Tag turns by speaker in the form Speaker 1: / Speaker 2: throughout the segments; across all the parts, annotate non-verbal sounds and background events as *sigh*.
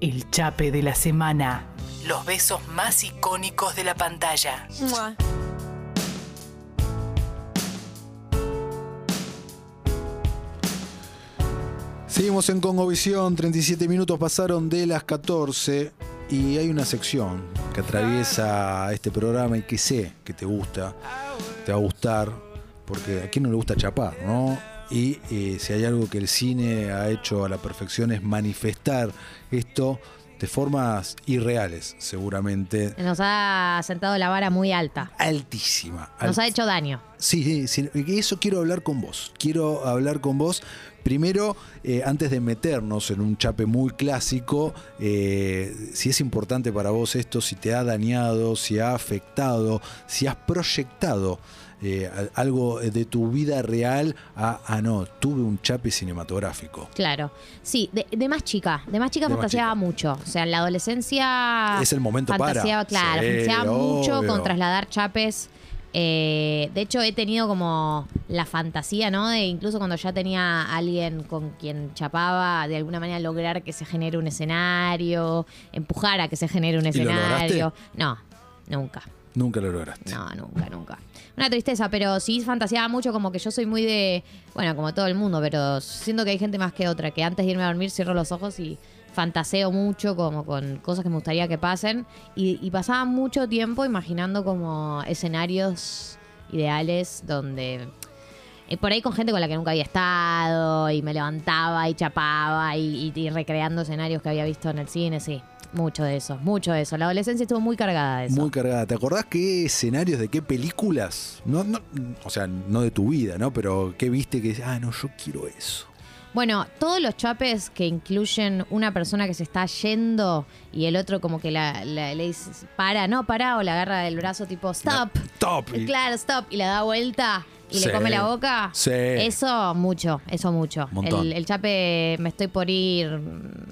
Speaker 1: el chape de la semana. Los besos más icónicos de la pantalla.
Speaker 2: Mua.
Speaker 3: Seguimos en Congovisión, 37 minutos pasaron de las 14 y hay una sección que atraviesa este programa y que sé que te gusta, te va a gustar, porque a quién no le gusta chapar, ¿no? Y eh, si hay algo que el cine ha hecho a la perfección es manifestar esto de formas irreales, seguramente.
Speaker 4: Nos ha sentado la vara muy alta.
Speaker 3: Altísima.
Speaker 4: Nos ha
Speaker 3: altísima.
Speaker 4: hecho daño.
Speaker 3: Sí, sí, sí, eso quiero hablar con vos. Quiero hablar con vos. Primero, eh, antes de meternos en un chape muy clásico, eh, si es importante para vos esto, si te ha dañado, si ha afectado, si has proyectado eh, al- algo de tu vida real a, ah, no, tuve un chape cinematográfico.
Speaker 4: Claro. Sí, de, de más chica. De más chica
Speaker 3: De más
Speaker 4: fantaseaba mucho. O sea, en la adolescencia.
Speaker 3: Es el momento para.
Speaker 4: fantaseaba, Claro,
Speaker 3: Sí,
Speaker 4: fantaseaba mucho
Speaker 3: obvio.
Speaker 4: con trasladar chapes. Eh, de hecho, he tenido como la fantasía, ¿no? De incluso cuando ya tenía alguien con quien chapaba, de alguna manera lograr que se genere un escenario, empujar a que se genere un
Speaker 3: lo
Speaker 4: escenario.
Speaker 3: lograste?
Speaker 4: No, nunca.
Speaker 3: Nunca lo lograste.
Speaker 4: No, nunca, nunca. Una tristeza, pero sí fantaseaba mucho como que yo soy muy de, bueno, como todo el mundo, pero siento que hay gente más que otra, que antes de irme a dormir cierro los ojos y fantaseo mucho como con cosas que me gustaría que pasen y, y pasaba mucho tiempo imaginando como escenarios ideales donde eh, por ahí con gente con la que nunca había estado y me levantaba y chapaba y, y- y recreando escenarios que había visto en el cine, sí. Mucho de eso, mucho de eso. La adolescencia estuvo muy cargada de eso.
Speaker 3: Muy cargada. ¿Te acordás qué escenarios de qué películas? No, no, o sea, no de tu vida, ¿no? Pero qué viste que ah, no, yo quiero eso.
Speaker 4: Bueno, todos los chapes que incluyen una persona que se está yendo y el otro como que la, la- le dice, para, no, para, o la agarra del brazo tipo, stop. Eh,
Speaker 3: Top. Y-
Speaker 4: Claro, stop. Y la da vuelta y
Speaker 3: Sí.
Speaker 4: le come la boca.
Speaker 3: Sí.
Speaker 4: Eso mucho, eso mucho.
Speaker 3: Montón.
Speaker 4: El, el chape, me estoy por ir,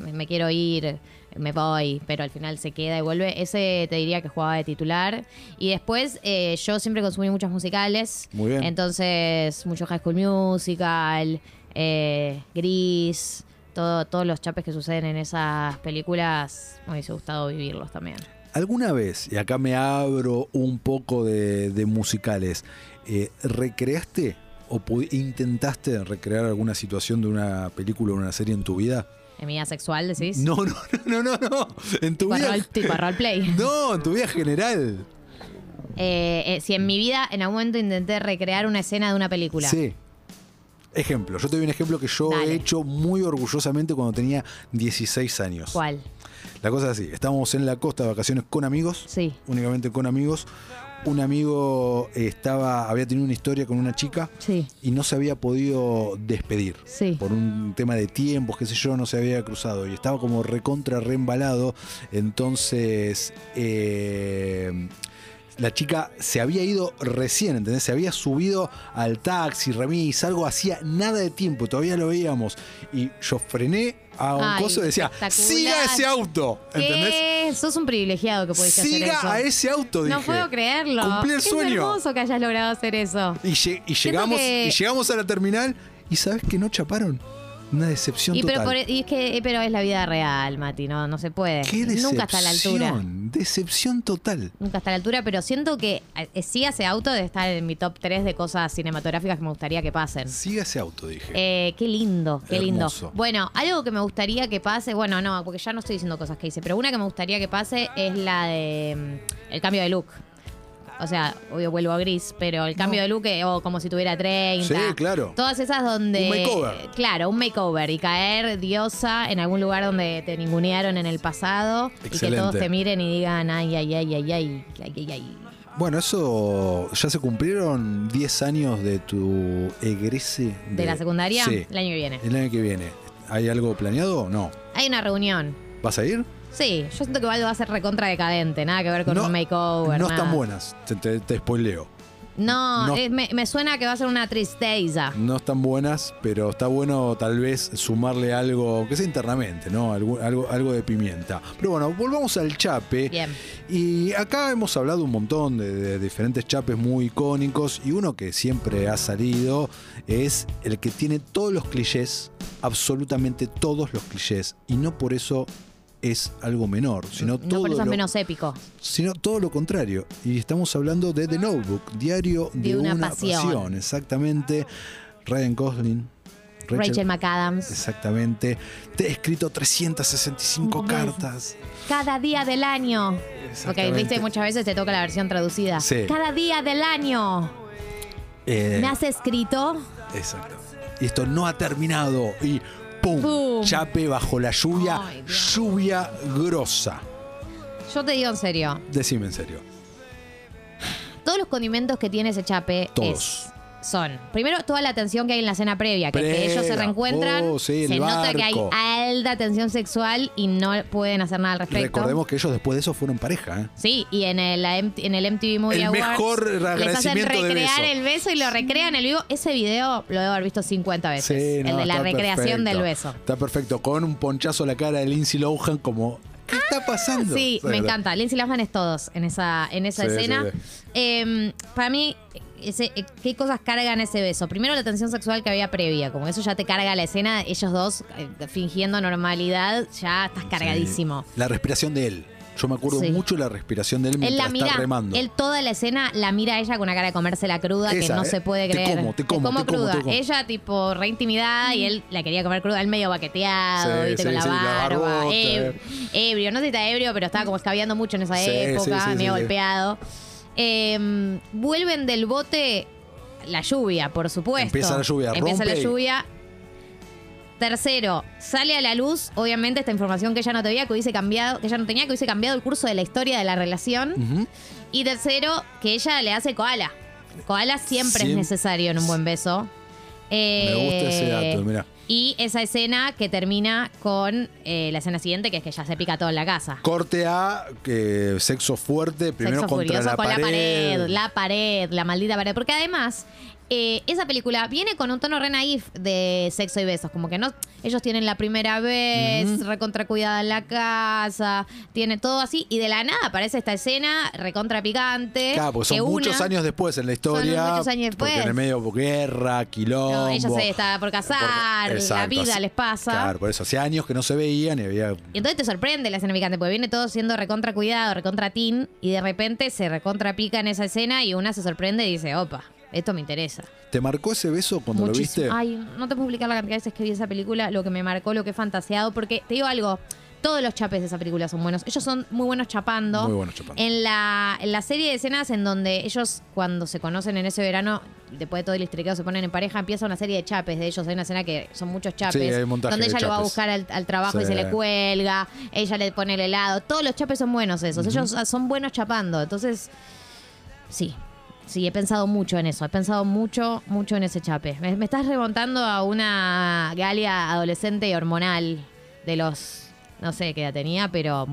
Speaker 4: me me quiero ir, me voy, pero al final se queda y vuelve. Ese te diría que jugaba de titular. Y después eh, yo siempre consumí muchas musicales.
Speaker 3: Muy bien.
Speaker 4: Entonces, mucho High School Musical, eh, Gris. Todo, todos los chapes que suceden en esas películas, me hubiese gustado vivirlos también.
Speaker 3: ¿Alguna vez, y acá me abro un poco de, de musicales, eh, recreaste o pu- intentaste recrear alguna situación de una película o una serie en tu vida?
Speaker 4: En mi vida sexual, decís.
Speaker 3: No, no, no, no, no, no. En tu
Speaker 4: Tipo
Speaker 3: vida. *laughs*
Speaker 4: rol- tipo roleplay.
Speaker 3: No, en tu vida general.
Speaker 4: Eh, eh, si en mi vida en algún momento intenté recrear una escena de una película.
Speaker 3: Sí. Ejemplo, yo te doy un ejemplo que yo
Speaker 4: Dale.
Speaker 3: he hecho muy orgullosamente cuando tenía 16 años.
Speaker 4: ¿Cuál?
Speaker 3: La cosa es así, estábamos en la costa de vacaciones con amigos,
Speaker 4: Sí.
Speaker 3: únicamente con amigos. Un amigo eh, estaba, había tenido una historia con una chica
Speaker 4: Sí.
Speaker 3: y no se había podido despedir.
Speaker 4: Sí.
Speaker 3: Por un tema de tiempos, qué sé yo, no se había cruzado. Y estaba como recontra reembalado. Entonces, eh, la chica se había ido recién, ¿entendés? Se había subido al taxi, remis, algo, hacía nada de tiempo, todavía lo veíamos. Y yo frené a un
Speaker 4: Ay,
Speaker 3: coso y decía,
Speaker 4: espectacular.
Speaker 3: siga ese auto, ¿entendés?
Speaker 4: ¿Qué? Sos un privilegiado que pudiste hacer
Speaker 3: Siga
Speaker 4: eso.
Speaker 3: a ese auto, dije.
Speaker 4: no puedo creerlo.
Speaker 3: Cumplí el
Speaker 4: Qué
Speaker 3: sueño.
Speaker 4: hermoso que hayas logrado hacer eso.
Speaker 3: Y, lle- y llegamos,
Speaker 4: que-
Speaker 3: y llegamos a la terminal y sabes que no chaparon. Una decepción
Speaker 4: Y
Speaker 3: total.
Speaker 4: pero, por- y es que, eh, pero es la vida real, Mati, no, no se puede.
Speaker 3: Qué decepción.
Speaker 4: Nunca está a la altura.
Speaker 3: Decepción total.
Speaker 4: Nunca está a la altura, pero siento que eh, sí hace auto de estar en mi top 3 de cosas cinematográficas que me gustaría que pasen.
Speaker 3: Siga ese auto, dije.
Speaker 4: Eh, qué lindo, qué
Speaker 3: Hermoso.
Speaker 4: lindo. Bueno, algo que me gustaría que pase, bueno, no, porque ya no estoy diciendo cosas que hice, pero una que me gustaría que pase es la de mm, el cambio de look. O sea, obvio vuelvo a gris, pero el cambio de look, eh, o como si tuviera 30.
Speaker 3: Sí, claro.
Speaker 4: Todas esas donde.
Speaker 3: Un makeover.
Speaker 4: Claro, un makeover y caer diosa en algún lugar donde te ningunearon en el pasado y que
Speaker 3: Excelente.
Speaker 4: todos te miren y digan, ay, ay, ay, ay, ay, ay, ay, ay.
Speaker 3: Bueno, eso ya se cumplieron 10 años de tu egrese
Speaker 4: De, la secundaria,
Speaker 3: Sí.
Speaker 4: el año que viene.
Speaker 3: El año que viene. ¿Hay algo planeado? No.
Speaker 4: Hay una reunión.
Speaker 3: ¿Vas a ir?
Speaker 4: Sí, yo siento que Valdo va a ser recontra decadente, nada que ver con
Speaker 3: no,
Speaker 4: un makeover.
Speaker 3: No
Speaker 4: nada.
Speaker 3: están buenas. Te, te, te spoileo.
Speaker 4: No,
Speaker 3: No.
Speaker 4: es- me, me suena que va a ser una tristeza.
Speaker 3: No están buenas, pero está bueno tal vez sumarle algo, que sea internamente, ¿no? Algo, algo, algo de pimienta. Pero bueno, volvamos al chape.
Speaker 4: Bien.
Speaker 3: Y acá hemos hablado un montón de, de diferentes chapes muy icónicos y uno que siempre ha salido es el que tiene todos los clichés, absolutamente todos los clichés, y no por eso es algo menor, sino
Speaker 4: no
Speaker 3: todo
Speaker 4: por eso es
Speaker 3: lo-
Speaker 4: menos épico.
Speaker 3: sino todo lo contrario. Y estamos hablando de The Notebook, diario de, una, pasión. Exactamente. Ryan Gosling.
Speaker 4: Rachel, McAdams.
Speaker 3: Exactamente. Te he escrito 365 cartas.
Speaker 4: Cada día del año. Porque
Speaker 3: Exactamente.
Speaker 4: viste, muchas veces te toca la versión traducida.
Speaker 3: Sí.
Speaker 4: Cada día del año.
Speaker 3: Eh,
Speaker 4: Me has escrito.
Speaker 3: Exacto. Y esto no ha terminado. Y ¡pum!
Speaker 4: ¡Pum!
Speaker 3: Chape bajo la lluvia.
Speaker 4: Ay, Dios.
Speaker 3: lluvia grosa.
Speaker 4: Yo te digo en serio.
Speaker 3: Decime en serio.
Speaker 4: Todos los condimentos que tiene ese chape
Speaker 3: Todos.
Speaker 4: es- son, primero, toda la tensión que hay en la cena previa, que, que ellos se
Speaker 3: Previa,
Speaker 4: reencuentran,
Speaker 3: oh, sí, el
Speaker 4: se nota que hay
Speaker 3: barco.
Speaker 4: alta tensión sexual y no pueden hacer nada al respecto.
Speaker 3: Recordemos que ellos después de eso fueron pareja. ¿eh?
Speaker 4: Sí, y en el, la MT en el MTV Movie
Speaker 3: El
Speaker 4: Awards
Speaker 3: mejor
Speaker 4: les hacen
Speaker 3: agradecimiento de
Speaker 4: recrear
Speaker 3: beso.
Speaker 4: el beso y lo recrean el vivo. Ese video lo debo haber visto 50 veces.
Speaker 3: Sí, no,
Speaker 4: el de la
Speaker 3: está
Speaker 4: recreación
Speaker 3: perfecto.
Speaker 4: del beso.
Speaker 3: Está perfecto. Con un ponchazo a la cara de Lindsay Lohan, como. ¿Qué Ah, está pasando?
Speaker 4: Ah, Sí, me
Speaker 3: Exacto.
Speaker 4: encanta. Lindsay Lohan es todos en esa, en esa
Speaker 3: Sí,
Speaker 4: escena.
Speaker 3: sí,
Speaker 4: Eh, para mí, ese- eh, ¿qué cosas cargan ese beso? Primero la tensión sexual que había previa, como eso ya te carga la escena, ellos dos eh, fingiendo normalidad, ya estás cargadísimo.
Speaker 3: Sí. La respiración de él. Yo me acuerdo
Speaker 4: Sí.
Speaker 3: mucho la respiración de él
Speaker 4: Él
Speaker 3: mientras
Speaker 4: la mira,
Speaker 3: está remando.
Speaker 4: él toda la escena la mira a ella con una cara de comérsela cruda que
Speaker 3: Esa,
Speaker 4: no
Speaker 3: ¿eh?
Speaker 4: se puede
Speaker 3: Te
Speaker 4: creer.
Speaker 3: como, te como, te como,
Speaker 4: cruda.
Speaker 3: te como.
Speaker 4: Ella tipo re intimidada y él la quería comer cruda, él medio baqueteado,
Speaker 3: Sí,
Speaker 4: ¿viste?
Speaker 3: sí,
Speaker 4: con la
Speaker 3: sí, la
Speaker 4: barba,
Speaker 3: barbota,
Speaker 4: eb-
Speaker 3: eh.
Speaker 4: ebrio, no sé si está ebrio, pero estaba como escabeando mucho en esa
Speaker 3: Sí, sí,
Speaker 4: época,
Speaker 3: sí, sí,
Speaker 4: medio
Speaker 3: sí.
Speaker 4: golpeado. Eh, vuelven del bote la lluvia, por supuesto.
Speaker 3: Empieza la lluvia,
Speaker 4: Empieza la
Speaker 3: rompe.
Speaker 4: lluvia. Tercero, sale a la luz, obviamente, esta información que ella no tenía, que hubiese cambiado, que ella no tenía, que hubiese cambiado el curso de la historia de la relación.
Speaker 3: Ujú.
Speaker 4: Y tercero, que ella le hace koala. Koala siempre es
Speaker 3: Siem-
Speaker 4: necesario en un buen beso.
Speaker 3: Me gusta ese
Speaker 4: Eh,
Speaker 3: dato, mira.
Speaker 4: Y esa escena que termina con eh, la escena siguiente, que es que ya se pica todo en la casa.
Speaker 3: Corte a que sexo fuerte, primero
Speaker 4: Sexo
Speaker 3: contra
Speaker 4: furioso
Speaker 3: la
Speaker 4: con
Speaker 3: pared.
Speaker 4: la pared, la pared, la maldita pared. Porque además, eh, esa película viene con un tono re naif de sexo y besos. Como que no, ellos tienen la primera vez, recontra cuidada en la casa, tiene todo así. Y de la nada aparece esta escena recontra picante.
Speaker 3: Claro, porque son
Speaker 4: que
Speaker 3: muchos
Speaker 4: una-
Speaker 3: años después en la historia.
Speaker 4: muchos años después.
Speaker 3: Porque en el medio hubo guerra, quilombo.
Speaker 4: No, ella se estaba por casar,
Speaker 3: Porque-
Speaker 4: la
Speaker 3: Exacto,
Speaker 4: vida
Speaker 3: así-
Speaker 4: les pasa.
Speaker 3: Claro, por eso. Hace años que no se veían y había.
Speaker 4: Y entonces te sorprende la escena picante, porque viene todo siendo recontra cuidado, recontra teen, y de repente se recontra pica en esa escena y una se sorprende y dice, opa, esto me interesa.
Speaker 3: ¿Te marcó ese beso cuando
Speaker 4: Muchísimo.
Speaker 3: lo viste?
Speaker 4: Ay, no te puedo explicar la cantidad de veces que vi esa película, lo que me marcó, lo que he fantaseado, porque te digo algo, todos los chapes de esa película son buenos. Ellos son muy buenos chapando.
Speaker 3: Muy bueno, Chopin.
Speaker 4: En la, en la serie de escenas en donde ellos, cuando se conocen en ese verano, después de todo el estriqueo, se ponen en pareja, empieza una serie de chapes de ellos. Hay una escena que son muchos chapes.
Speaker 3: Sí, hay montaje
Speaker 4: donde
Speaker 3: de
Speaker 4: ella lo va a
Speaker 3: chapes.
Speaker 4: buscar al, al trabajo y
Speaker 3: Sí.
Speaker 4: se le cuelga, ella le pone el helado. Todos los chapes son buenos esos. Ellos ah, son buenos chapando. Entonces, sí. Sí, he pensado mucho en eso. He pensado mucho, mucho en ese chape. Me, me estás remontando a una Galia adolescente y hormonal de los. No sé qué edad tenía, pero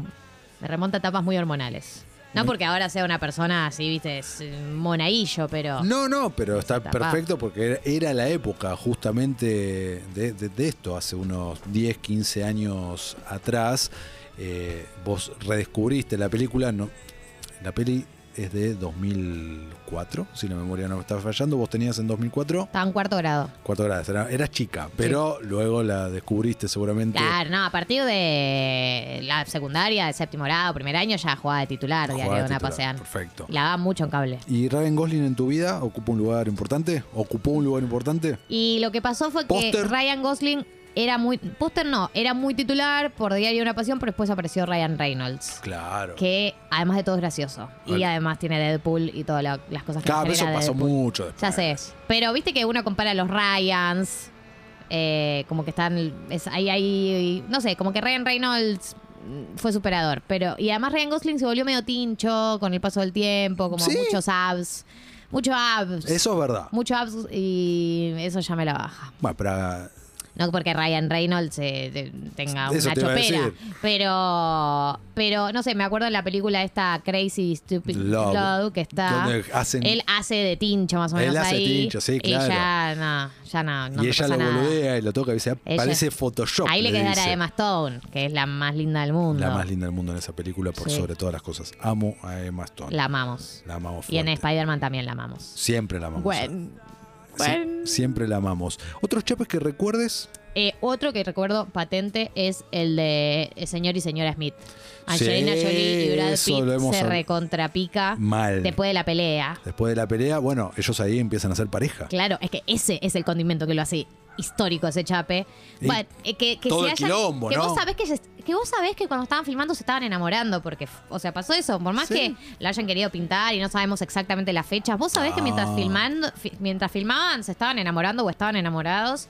Speaker 4: me remonta a etapas muy hormonales. No porque ahora sea una persona así, viste, es eh, monaguillo, pero.
Speaker 3: No, no, pero está
Speaker 4: Está,
Speaker 3: perfecto porque era, era la época justamente de, de- de esto, hace unos 10, 15 años atrás. Eh, vos redescubriste la película, no, la peli es de 2004, si la memoria no me está fallando, vos tenías en 2004
Speaker 4: Estaba en cuarto grado.
Speaker 3: cuatro grados, era- eras chica, pero luego la descubriste seguramente.
Speaker 4: Claro, no, a partir de la secundaria, de séptimo grado, primer año, ya jugaba de titular,
Speaker 3: Jugaba
Speaker 4: diario de una
Speaker 3: titular,
Speaker 4: pasean.
Speaker 3: Perfecto.
Speaker 4: La daba mucho en cable.
Speaker 3: ¿Y Ryan Gosling en tu vida ocupa un lugar importante? ¿Ocupó un lugar importante?
Speaker 4: Y lo que pasó fue que
Speaker 3: Póster.
Speaker 4: Ryan Gosling era muy. Póster no, era muy titular por Diario de una Pasión, pero después apareció Ryan Reynolds.
Speaker 3: Claro.
Speaker 4: Que además de todo es gracioso. Y
Speaker 3: Vale. además
Speaker 4: además tiene Deadpool y todas la- las cosas que
Speaker 3: Cada
Speaker 4: le
Speaker 3: eso
Speaker 4: genera
Speaker 3: pasó
Speaker 4: Deadpool.
Speaker 3: mucho después.
Speaker 4: Ya sé. Pero viste que uno compara los Ryans. eh, como que están. es- ahí, ahí. No sé, como que Ryan Reynolds mm, fue superador. Pero. Y además Ryan Gosling se volvió medio tincho con el paso del tiempo, como
Speaker 3: Sí.
Speaker 4: muchos abs. Muchos abs.
Speaker 3: Eso es verdad.
Speaker 4: Muchos abs y eso ya me la baja.
Speaker 3: Bueno, para
Speaker 4: No porque Ryan Reynolds eh, te- tenga
Speaker 3: Eso
Speaker 4: una
Speaker 3: te iba a
Speaker 4: chopera.
Speaker 3: decir.
Speaker 4: Pero, pero no sé, me acuerdo de la película esta Crazy Stupid
Speaker 3: Love,
Speaker 4: Love, que está.
Speaker 3: donde hacen-
Speaker 4: Él hace de tincho más o
Speaker 3: Él
Speaker 4: menos.
Speaker 3: hace
Speaker 4: ahí,
Speaker 3: tincho, sí, claro.
Speaker 4: Y ya no, ya no. no
Speaker 3: y
Speaker 4: me
Speaker 3: ella
Speaker 4: pasa
Speaker 3: lo
Speaker 4: nada.
Speaker 3: boludea y lo toca y dice,
Speaker 4: Ella-
Speaker 3: parece Photoshop.
Speaker 4: Ahí le quedará
Speaker 3: dice.
Speaker 4: Emma Stone, que es la más linda del mundo.
Speaker 3: La más linda del mundo en esa película, por
Speaker 4: Sí.
Speaker 3: sobre todas las cosas. Amo a Emma Stone.
Speaker 4: La amamos.
Speaker 3: La amamos
Speaker 4: Y en
Speaker 3: fuerte.
Speaker 4: Spider-Man también la amamos.
Speaker 3: Siempre la amamos.
Speaker 4: Gwen.
Speaker 3: Sí,
Speaker 4: Gwen.
Speaker 3: siempre la amamos. ¿Otros chapes que recuerdes?
Speaker 4: Eh, otro que recuerdo patente es el de eh, Señor y Señora Smith. Angelina
Speaker 3: Sí,
Speaker 4: Jolie y Brad
Speaker 3: eso lo
Speaker 4: Pitt
Speaker 3: hemos
Speaker 4: se
Speaker 3: hab-
Speaker 4: recontrapica
Speaker 3: Mal.
Speaker 4: Ah, después de la pelea.
Speaker 3: Después de la pelea, bueno, ellos ahí empiezan a ser pareja.
Speaker 4: Claro, es que ese es el condimento que lo hace histórico ese chape.
Speaker 3: Y
Speaker 4: But, eh, que, que
Speaker 3: todo
Speaker 4: se
Speaker 3: el
Speaker 4: hayan-
Speaker 3: quilombo,
Speaker 4: que
Speaker 3: ¿no?
Speaker 4: Vos sabés que, se- que vos sabés que cuando estaban filmando se estaban enamorando, porque, o sea, pasó eso. Por más
Speaker 3: Sí.
Speaker 4: que la hayan querido pintar y no sabemos exactamente las fechas, vos sabés que mientras,
Speaker 3: Ah.
Speaker 4: filmando, fi- mientras filmaban se estaban enamorando o estaban enamorados.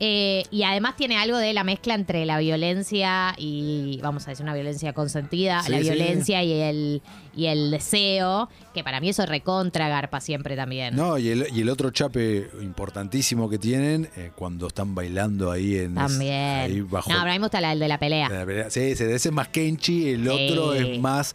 Speaker 4: Eh, y además tiene algo de la mezcla entre la violencia y, vamos a decir, una violencia consentida,
Speaker 3: Sí,
Speaker 4: la
Speaker 3: sí.
Speaker 4: violencia y el y el deseo, que para mí eso recontra garpa siempre también.
Speaker 3: No, y el, y el otro chape importantísimo que tienen, eh, cuando están bailando ahí en.
Speaker 4: También.
Speaker 3: Ahí bajo. Eh.
Speaker 4: No, pero a mí me gusta la, el de la pelea.
Speaker 3: en la pelea. sí, sí, ese es más Kenchi, el
Speaker 4: Sí.
Speaker 3: otro es más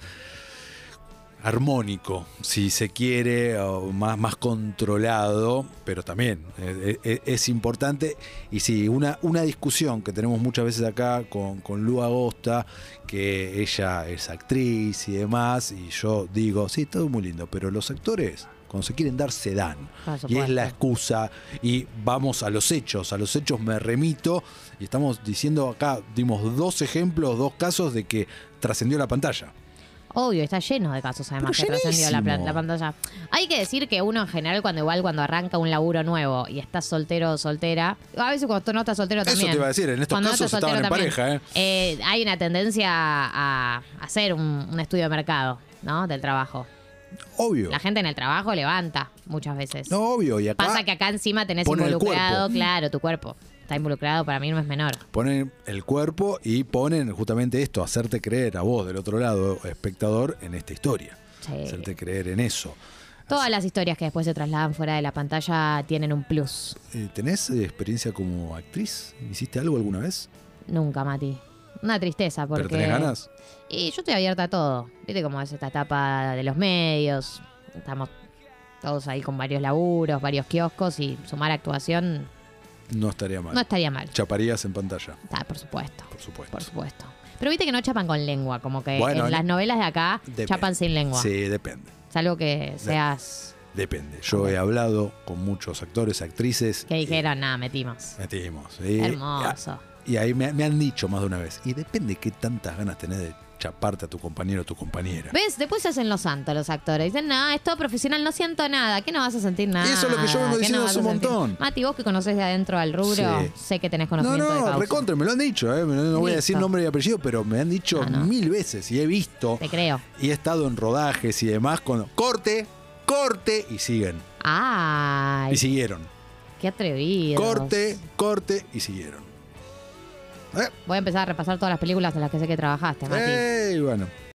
Speaker 3: armónico, si se quiere, o más, más controlado, pero también eh, eh, es, importante. Y sí, una, una discusión que tenemos muchas veces acá con, con Lu Agosta, que ella es actriz y demás, y yo digo, sí, todo muy lindo, pero los actores, cuando se quieren dar, se dan.
Speaker 4: Por
Speaker 3: Y es
Speaker 4: supuesto.
Speaker 3: la excusa. Y vamos a los hechos. A los hechos me remito. Y estamos diciendo acá, dimos dos ejemplos, dos casos de que trascendió la pantalla.
Speaker 4: Obvio, está lleno de casos además
Speaker 3: Pero
Speaker 4: que trascendió la, plan-
Speaker 3: llenísimo.
Speaker 4: la pantalla. Hay que decir que uno en general, cuando igual cuando arranca un laburo nuevo y estás soltero o soltera, a veces cuando no estás soltero
Speaker 3: Eso
Speaker 4: también.
Speaker 3: te iba a decir, en estos
Speaker 4: Cuando no
Speaker 3: casos
Speaker 4: estás soltero
Speaker 3: estaban en pareja, ¿eh?
Speaker 4: Eh, hay una tendencia a, a hacer un, un estudio de mercado, ¿no? Del trabajo.
Speaker 3: Obvio.
Speaker 4: La gente en el trabajo levanta muchas veces.
Speaker 3: No, obvio. Y acá
Speaker 4: Pasa que acá encima tenés
Speaker 3: pone el
Speaker 4: involucrado,
Speaker 3: cuerpo.
Speaker 4: claro, tu cuerpo. Está involucrado, para mí no es menor.
Speaker 3: ponen el cuerpo y ponen justamente esto, hacerte creer a vos del otro lado, espectador, en esta historia.
Speaker 4: Sí.
Speaker 3: Hacerte creer en eso.
Speaker 4: Todas las historias que después se trasladan fuera de la pantalla tienen un plus.
Speaker 3: Eh, ¿Tenés eh, experiencia como actriz? ¿Hiciste algo alguna vez?
Speaker 4: Nunca, Mati. Una tristeza porque...
Speaker 3: ¿Pero tenés ganas?
Speaker 4: Y yo estoy abierta a todo. Viste cómo es esta etapa de los medios. Estamos todos ahí con varios laburos, varios kioscos y sumar actuación
Speaker 3: No estaría mal.
Speaker 4: no estaría mal.
Speaker 3: Chaparías en pantalla,
Speaker 4: Ah, por supuesto.
Speaker 3: por supuesto.
Speaker 4: Por supuesto. Pero viste que no chapan con lengua, como que
Speaker 3: Bueno,
Speaker 4: en las novelas de acá
Speaker 3: Depende.
Speaker 4: chapan sin lengua.
Speaker 3: Sí, depende.
Speaker 4: Salvo que seas
Speaker 3: Depende. Yo he hablado con muchos actores, actrices.
Speaker 4: que
Speaker 3: y
Speaker 4: dijeron, nada, metimos.
Speaker 3: Metimos. sí.
Speaker 4: Hermoso.
Speaker 3: Y ahí me, me han dicho más de una vez. Y depende qué tantas ganas tenés de chaparte a tu compañero o tu compañera.
Speaker 4: ¿Ves? Después se hacen los santos los actores. Dicen, nada, es todo profesional, no siento nada. ¿Qué no vas a sentir nada?
Speaker 3: Eso es lo que yo vengo
Speaker 4: ¿Qué
Speaker 3: diciendo
Speaker 4: vas
Speaker 3: hace
Speaker 4: a
Speaker 3: un
Speaker 4: sentir?
Speaker 3: montón.
Speaker 4: Mati, vos que conocés de adentro al rubro,
Speaker 3: Sí.
Speaker 4: sé que tenés
Speaker 3: No,
Speaker 4: conocimiento de
Speaker 3: no,
Speaker 4: causa.
Speaker 3: recontra, me lo han dicho. eh, No, no voy a decir
Speaker 4: Listo. Ah,
Speaker 3: nombre y apellido, pero me han dicho
Speaker 4: No, no.
Speaker 3: mil veces. Y he visto.
Speaker 4: Te creo.
Speaker 3: Y he estado en rodajes y demás con corte, corte y siguen.
Speaker 4: Ay,
Speaker 3: Y siguieron.
Speaker 4: qué atrevido.
Speaker 3: Corte, corte y siguieron. Eh,
Speaker 4: Voy a empezar a repasar todas las películas en las que sé que trabajaste, Mati.
Speaker 3: eh, y bueno.